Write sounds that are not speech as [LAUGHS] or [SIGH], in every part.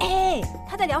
哎聊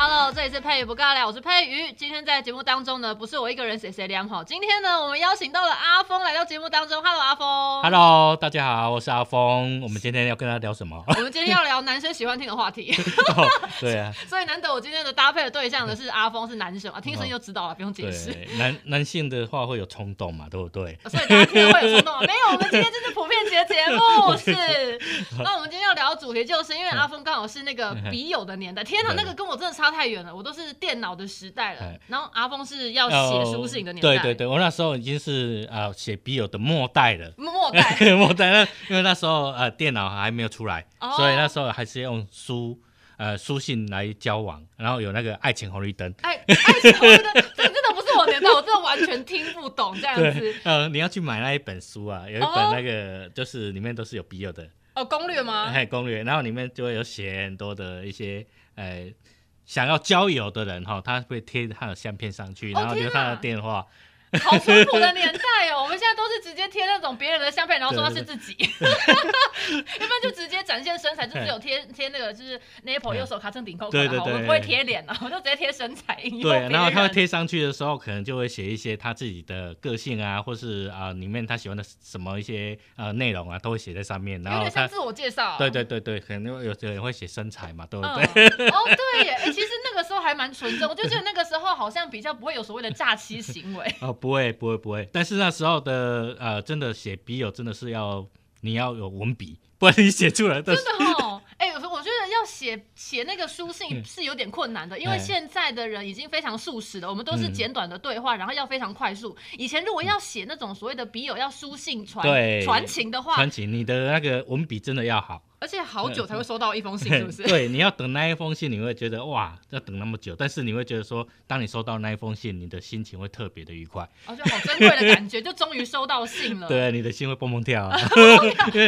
Hello，这里是佩瑜不尬聊，我是佩瑜。今天在节目当中呢，不是我一个人谁谁凉好。今天呢，我们邀请到了阿峰来到节目当中。Hello，阿峰。 Hello，大家好，我是阿峰。我们今天要跟他聊 [LAUGHS] 什么？我们今天要聊男生喜欢听的话题， [LAUGHS] 哦对啊，所以难得我今天的搭配的对象呢是阿峰，是男生啊，听声音就知道了，不用解释。对，男男性的话会有冲动嘛，对不对？所以大家听了会有冲动吗？没有，我们今天就是普遍级的节目是。那我们今天要聊的主题就是，因为阿峰刚好是那个嗯笔友的年代，天哪，对那个跟我真的差太远了，我都是电脑的时代了哎。然后阿峰是要哦写书信的年代，呃哦对对对，我那时候已经是啊写笔友的末代了。 [LAUGHS] 末，末代末代，那因为那时候呃电脑还没有出来，哦所以那时候还是用书呃书信来交往，然后有那个爱情红绿灯。哎哎，这真的不是我年代，我真的完全听不懂这样对子。，呃，你要去买那一本书啊，有一本哦那个、就是里面都是有笔友的，哦，攻略吗？还有攻略，然后里面就会有写很多的一些呃想要交友的人哈，他会贴他的相片上去，哦然后留天哪他的电话，好淳朴的年代哦，我们现在都是直接贴那种别人的相片，然后说他是自己， [LAUGHS] 要不然就直接展现身材，就只有贴贴那个就是 nipple 右手卡正顶扣扣对的对哈，对我不会贴脸啊，我就直接贴身材引诱别对，人然后他会贴上去的时候，可能就会写一些他自己的个性啊，或是啊、里面他喜欢的什么一些呃内容啊，都会写在上面，然有后点像他。自我介绍、哦对。对对对，可能有有的人会写身材嘛，对不嗯， [LAUGHS] 对？哦，对耶，哎、其实那个时候还蛮纯真，我就觉得那个时候好像比较不会有所谓的诈欺行为。哦，不会不会不会，但是那时候的呃，真的写笔友真的是要你要有文笔，不然你写出来的真的哦，哎、我我觉得要写写那个书信是有点困难的，因为嗯哎现在的人已经非常速食了，我们都是嗯简短的对话，然后要非常快速。以前如果要写那种所谓的笔友要书信传对传情的话传，奇，你的那个文笔真的要好。而且好久才会收到一封信，是不是？对， [LAUGHS] 你要等那一封信，你会觉得哇，要等那么久，但是你会觉得说，当你收到那一封信，你的心情会特别的愉快，而且哦好珍贵的感觉，就终于收到信 [LAUGHS] 了。，对，你的心会蹦蹦跳、 [LAUGHS] 啊。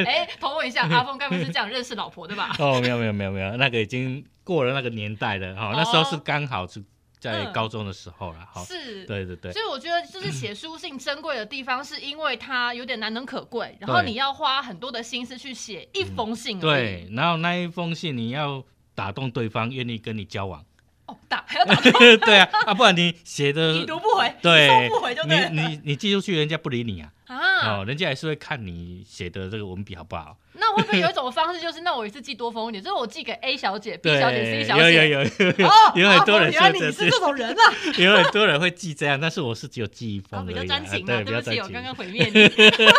哎、投问一下，阿峰该不是这样认识老婆的 [LAUGHS] 吧？哦，没有没有没有没有，那个已经过了那个年代了哈、哦那时候是刚好是在嗯高中的时候了哈、哦是，对对对所以我觉得，就是写书信珍贵的地方，是因为它有点难能可贵，然后对嗯你要花很多的心思去写一封信、而已对，然后那一封信你要打动对方，愿意跟你交 [LAUGHS] 往，哦，打还要打，对啊，啊，不然你写已的读不回，呃对已读不回就，对了你你你寄出去，人家不理你啊，啊。哦，人家还是会看你写的这个文笔好不好。那会不会有一种方式，就是那我一次寄多封一点，就是我寄给 A 小姐、B 对，小姐、C 小有有姐。有有有哦， [LAUGHS] 有很多人哦原来会你这是样这种人啊， [LAUGHS] 子， [LAUGHS] 有很多人会记这样，但是我是只有记一啊封比较而已专啊，情啊，对，比对较不起，专我刚情刚。毁灭 [LAUGHS] 你，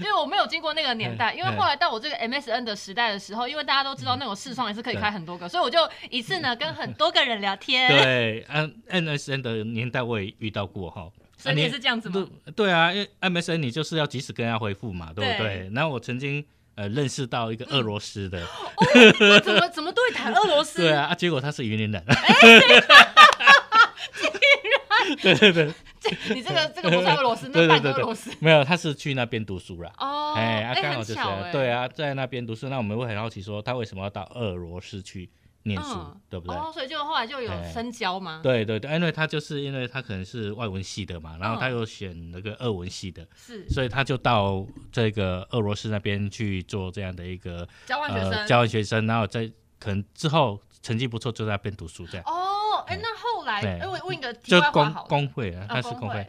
因为我没有经过那个年代，因为后来到我这个 MSN 的时代的时候，因为大家都知道那种视窗也是可以开很多个，所以我就一次呢跟很多个人聊天，嗯对，嗯，NSN 的年代我也遇到过哈。所以你也是这样子吗？对对啊，因为 MSN 你就是要及时跟他回复嘛，对对不对？然后我曾经呃认识到一个俄罗斯嗯的， [LAUGHS] 那哦怎么怎么对谈俄罗斯？啊对啊，啊结果他是云林人，哎 [LAUGHS] 对 [LAUGHS] 对对这你这个这个不算俄罗斯，那 [LAUGHS] 对对半对俄对罗斯，没有，他是去那边读书啦。哦，哎，啊，刚好很就是巧哎，对啊，在那边读书，那我们会很好奇说他为什么要到俄罗斯去念书嗯，对不对？哦，所以就后来就有哎深交嘛。对对对，因为他就是因为他可能是外文系的嘛，然后嗯他又选那个俄文系的，是所以他就到这个俄罗斯那边去做这样的一个交换学生。呃交换学生，然后在可能之后成绩不错，就在那边读书这样，哦，哎、对那后来，对哎、我问一个题就外话工好了，工会啊，呃他是工工会，。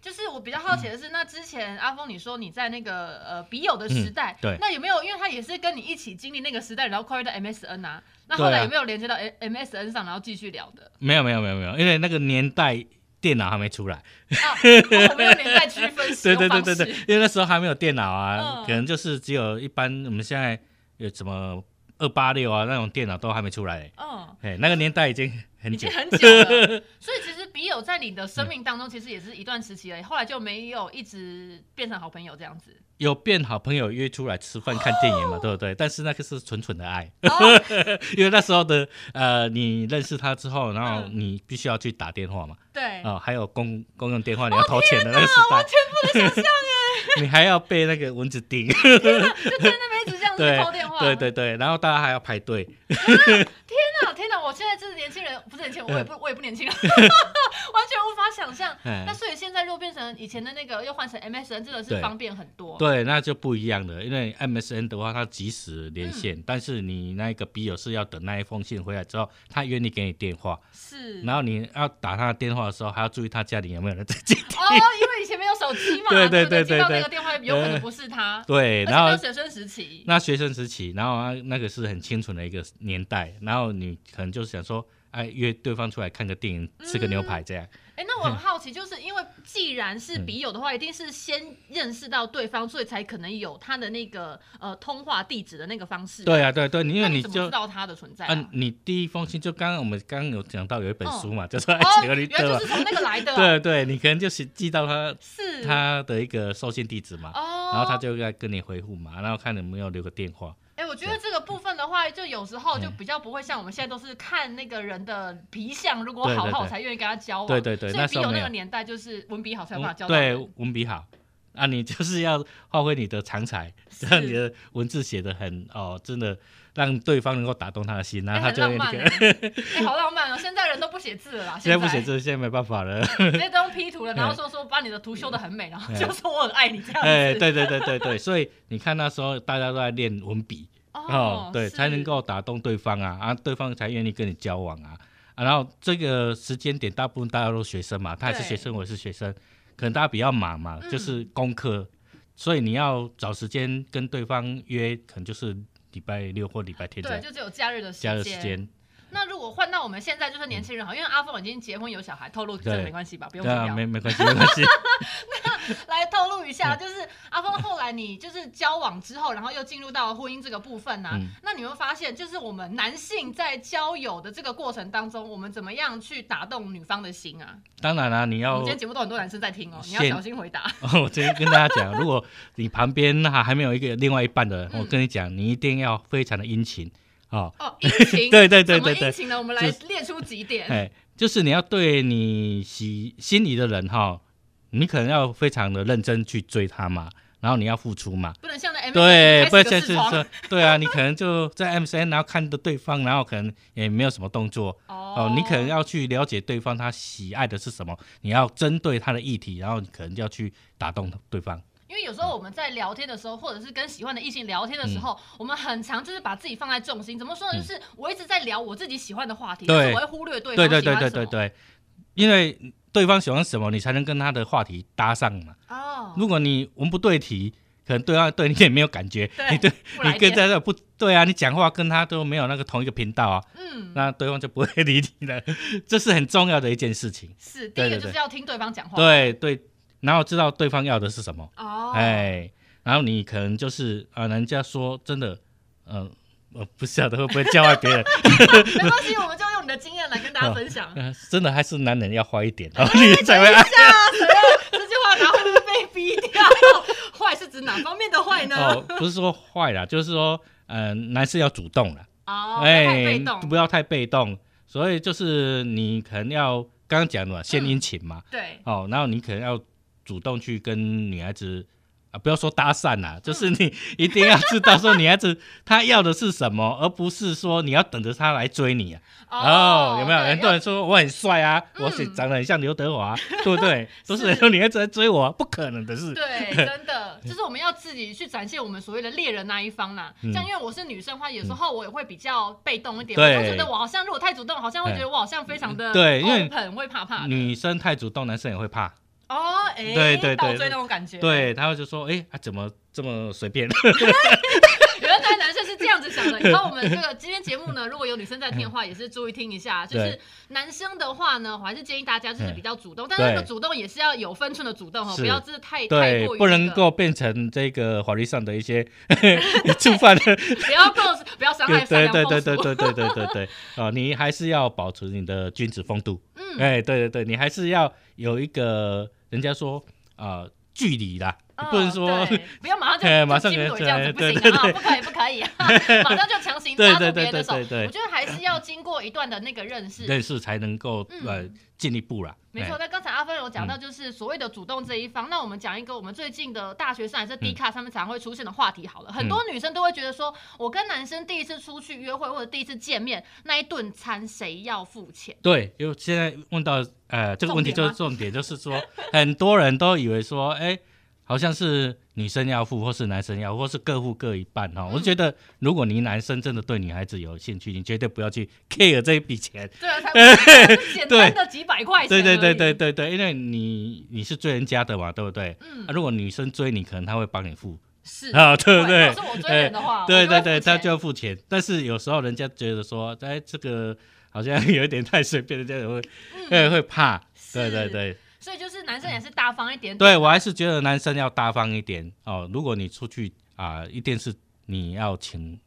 就是我比较好奇的是，那之前阿峰你说你在那个呃笔友的时代，嗯对那有没有因为他也是跟你一起经历那个时代，然后跨越到 MSN 啊？那后对来啊有没有连接到 M- MSN 上，然后继续聊的？没有没有没有没有，因为那个年代电脑还没出来。啊， [LAUGHS] 哦我没有年代区分使对用对对方对式，对，因为那时候还没有电脑啊，嗯可能就是只有一般我们现在有什么二八六啊那种电脑都还没出来、欸，嗯。哎、那个年代已经很已久经。很久 [LAUGHS] 了，所以其实笔友在你的生命当中，其实也是一段时期而已，后来就没有一直变成好朋友这样 [LAUGHS] 子。有变好朋友约出来吃饭看电 [GASPS] 影嘛，对不对？但是那个是纯纯的爱， [LAUGHS] 哦，因为那时候的呃，你认识他之后，然后你必须要去打电话嘛，对，哦，还有公公用电话你要掏哦钱的那个时代，全部的想象你还要被那个蚊子 [LAUGHS] 叮，就在那边一直这样上 [LAUGHS] 对次扣电话，对对对，然后大家还要排队，天哪，天哪！我现在是年轻人，不是年轻人，我也嗯不，我也不年 [LAUGHS] 轻了，完全无法想象。哎那，所以现在又变成以前的那个，又换成 MSN，真的是对方便很多。对，那就不一样了。因为 MSN 的话，它即时连嗯线，但是你那个笔友是要等那一封信回来之后，他愿意给你电话，是。然后你要打他的电话的时候，还要注意他家里有没有人在接。哦，因为以前没有手机嘛， [LAUGHS] 对对对对接到那个对嗯电话有可能不是他， [LAUGHS] 对，而且然那后是学生时期。那学生时期，然后啊那个是很清纯的一个年代，然后你可能就是想说，哎，约对方出来看个电影，吃个牛排这样。哎，那我很好奇，就是因为既然是嗯笔友的话，一定是先认识到对方，所以才可能有他的那个呃通话地址的那个方式。对啊，对对，因那为你怎么就知道他的存在啊？啊，你第一封信就刚刚我们刚刚有讲到有一本嗯书嘛，叫做《爱哦，情和原哎你来对就吧是从那个来的啊。 [LAUGHS] 对对，你可能就是寄到他是他的一个收件地址嘛，哦，然后他就在跟你回复嘛，然后看有没有留个电话。哎、我觉得这个部分的话，就有时候嗯就比较不会像我们现在都是看那个人的皮相，如果对对好的话，我对才愿意跟他交往。对对对所那以时笔候友没那有个年代就是文笔好才有办法文交到对人。文笔好啊，你就是要发挥你的长才，让你哎的文字写的很哦，真的让对方能够打动他的心，然哎后他很就浪会那漫、个。欸，哎、好浪漫哦！现在人都不写字了啦， [LAUGHS] 现在在不写，字，现在没办法了。 [LAUGHS] 直接都用 P 图了，然后说说把你的图修的很美，然后就说我很爱你这样子。哎，对对对对对，所以你看那时候大家都在练文笔哦，对，是才能够打动对方啊，啊，对方才愿意跟你交往啊。啊然后这个时间点，大部分大家都是学生嘛，他也是对学生，我也是学生，可能大家比较忙嘛，嗯就是功课，所以你要找时间跟对方约，可能就是礼拜六或礼拜天这对，样就只有假日的时加的时间。间。那如果换到我们现在就是年轻人好，因为阿凤已经结婚有小孩，透露这个对没关系吧，不用对低调。啊，没没关系，没 [LAUGHS] 关系。来透露一下，就是阿峰后来你就是交往之后，然后又进入到婚姻这个部分呢、嗯那你会发现，就是我们男性在交友的这个过程当中，我们怎么样去打动女方的心啊？当然啦、你我要们 [LAUGHS] 今天节目都很多男生在听哦，你要现小心回答。哦，我今天跟大家讲，如果你旁边还还没有一个另外一半的人，嗯我跟你讲，你一定要非常的殷勤哦， [LAUGHS] 哦，殷勤，对对怎对么对对殷勤呢？我们来列出几点。哎，就是你要对你喜心仪的人哈、你可能要非常的认真去追他嘛，然后你要付出嘛。不能像那 M 对，不开始有然像是视窗说，对啊，你可能就在 MCN，然后看着对方，然后可能也没有什么动作哦哦，你可能要去了解对方他喜爱的是什么，你要针对他的议题，然后你可能就要去打动对方。因为有时候我们在聊天的时候，或者是跟喜欢的异性聊天的时候，我们很常就是把自己放在重心。怎么说呢？嗯就是我一直在聊我自己喜欢的话题，对但是我会忽略对方对喜对欢什对么。对对对，因为对方喜欢什么，你才能跟他的话题搭上嘛。哦，如果你文不对题，可能对方对你也没有感觉，对你对不来你跟电在这不对啊，你讲话跟他都没有那个同一个频道啊，嗯，那对方就不会理你了。 [LAUGHS] 这是很重要的一件事情。是第对一个对就是对要听对方讲话。对对，然后知道对方要的是什么，哦，哎，然后你可能就是啊、人家说真的，嗯、我不晓得会不会教坏 [LAUGHS] 别人，没关系，我们就用你的经验来跟 [LAUGHS] 大家分享。呃真的还是男人要坏一点，哦 [LAUGHS] 然后女人才会爱。吓死了！这句话然后就被逼 [LAUGHS] 掉。坏是指哪方面的坏哦呢？，不是说坏啦，就是说，嗯、男士要主动啦，哦，不要太被动。哎不要太被动。所以就是你可能要刚刚讲的嘛，献殷勤嘛，对，哦，然后你可能要主动去跟女孩子啊，不要说搭讪啦，就是嗯你一定要知道说女孩子她要的是什么，而不是说你要等着她来追你啊。哦，有没有对很多人说我很帅啊，嗯我是长得很像刘德 [LAUGHS] 华，啊对不对？都是是很多女孩子来追我，不可能的事。 [LAUGHS] 对，真的，就是我们要自己去展现我们所谓的猎人那一方啦。嗯像因为我是女生的话，有时候我也会比较被动一点，对我就觉得我好像如果太主动，好像会觉得我好像非常的对因为 open，会怕怕的。女生太主动，男生也会怕。哦，哎，对对对倒追那种感觉。，对，他会就说，哎、啊怎么这么随便？原来男生是这样子 [LAUGHS] 想的。以后我们这个今天节目呢，如果有女生在听的话，也是注意听一下。就是对男生的话呢，我还是建议大家就是比较主动，但是对那个主动也是要有分寸的主动哦，是不要就是太太对过于，不能那个够变成这个法律上的一些 [LAUGHS] 触犯的。不要够不要伤对害善对良对风对俗对。对对对对对，啊、你还是要保持你的君子风度。嗯哎、对对对，你还是要有一个人家说啊、呃距离啦，嗯不能说 [LAUGHS] 对不要马上就哎就马上金给鬼这样子，哎不行对对啊，对不可以，不可 [LAUGHS] 以啊，马上就强行对抓对住对别人的手。对对对我觉得还是要经过一段的那个认识。认识才能够嗯呃进一步啦。没错，哎，那刚才阿芬有讲到，就是所谓的主动这一方。那我们讲一个我们最近的大学生还嗯是 D 卡上面常会出现的话题好了。很多女生都会觉得说，我跟男生第一次出去约会或者第一次见面那一顿餐谁要付钱？对，因为现在问到呃这个问题，重点吗就是重点就是说，很多人都以为说，哎，好像是女生要付，或是男生要付，或是各付各一半哈、哦。我嗯觉得，如果你男生真的对女孩子有兴趣，你绝对不要去 care 这一笔钱。对 [LAUGHS] 啊，才就是简单的几百块钱。对对对对。对对，因为你你是追人家的嘛，对不对？嗯啊，如果女生追你，可能她会帮你付是，啊，对不对如？果是我追人的话，我对就会对付对，他钱就要付钱。但是有时候人家觉得说，哎，这个好像有一点太随便，人家也会，哎、会怕。对对是对，所以就是男生也是大方一点点。对我还是觉得男生要大方一点哦。如果你出去啊、一定是你要请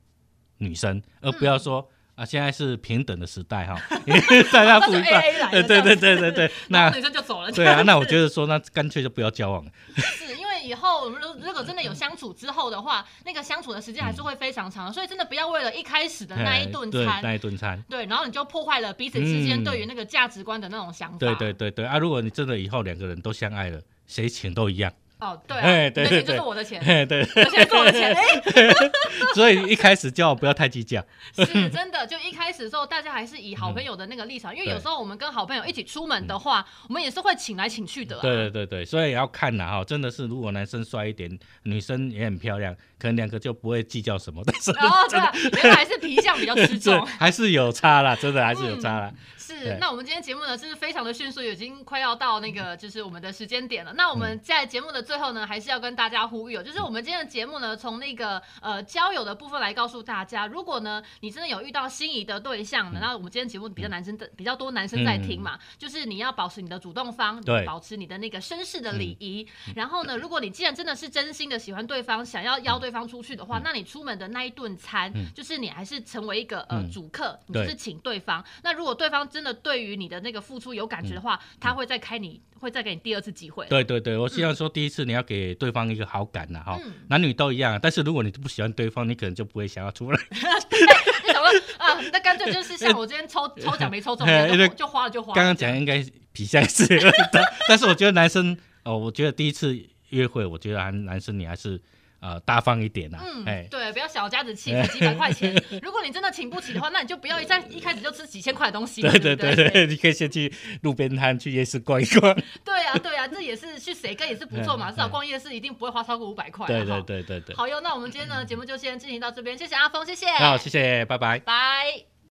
女生，而不要说。啊，现在是平等的时代哈，因为大家付一半 AA 来，的呃对对这对样子对 [LAUGHS] 对，然那后女生就 [LAUGHS] 走了。对啊，那我觉得说，那干脆就不要交往了。是因为以后如果如果真的有相处之后的话，那个相处的时间还是会非常长的，所以真的不要为了一开始的 [LAUGHS] 那一顿哎对餐，那一顿餐，对，然后你就破坏了彼此之间嗯对于那个价值观的那种想法。对对对对啊！如果你真的以后两个人都相爱了，谁请都一样，哦，对啊，哎你对的钱对就是我的 [LAUGHS] 钱，嘿对，我的钱就是我的 [LAUGHS] 钱，哎，所以一开始交往不要太 [LAUGHS] 计较，是真的。就一开始的时候，大家还是以好朋友的那个立场，因为对有时候我们跟好朋友一起出门的话，我们也是会请来请去的啊。嗯对对对对，所以也要看呐哈，真的是如果男生帅一点，女生也很漂亮，可能两个就不会计较什么， [LAUGHS] 但是然后对啊，原来还是皮相比较吃这 [LAUGHS] 重。嗯还是有 [LAUGHS] 差啦，真的还是有差啦，是对，嗯那我们今天节目呢，就是非常的迅速，已经快要到那个就是我们的时间点了。那我们在节目的最后呢，还是要跟大家呼吁哦，就是我们今天的节目呢，从那个呃交友的部分来告诉大家，如果呢你真的有遇到心仪的对象嗯呢，那我们今天节目比较男生的比较多男生在听嘛，就是你要保持你的主动方，对嗯保持你的那个绅士的礼仪。然后呢，如果你既然真的是真心的喜欢对方，想要邀对方出去的嗯话，那你出门的那一顿餐，就是你还是成为一个呃嗯主客，你就对是请对方。那如果对方真的对于你的那个付出有感觉的话，他会再开你，会再给你第二次机会。嗯对对对，我希望说第一次你要给对方一个好感呐哈嗯，男女都一样，啊但是如果你不喜欢对方，你可能就不会想要出来，就想说啊，那干脆就是像我今天抽抽奖没抽 [LAUGHS] 中，哎就因为就花了就花了。刚刚讲应该皮相是有的，但是我觉得男生哦，我觉得第一次约会，我觉得还男生你还是呃大方一点啊，嗯，哎、对，不要小家子 [LAUGHS] 气，几百块钱。如果你真的请不起的话，那你就不要一再一开始就吃几千块的东西嘛，对对对不对对， [LAUGHS] 你可以先去路边摊、去夜市逛一逛，对啊，对啊，这也是去谁跟也是不错嘛，嗯至少逛夜市一定不会花超过五百块啊。对对哈。对对对。好哟，那我们今天呢节目就先进行到这边，谢谢阿峰，谢谢，好，谢谢，拜拜。拜。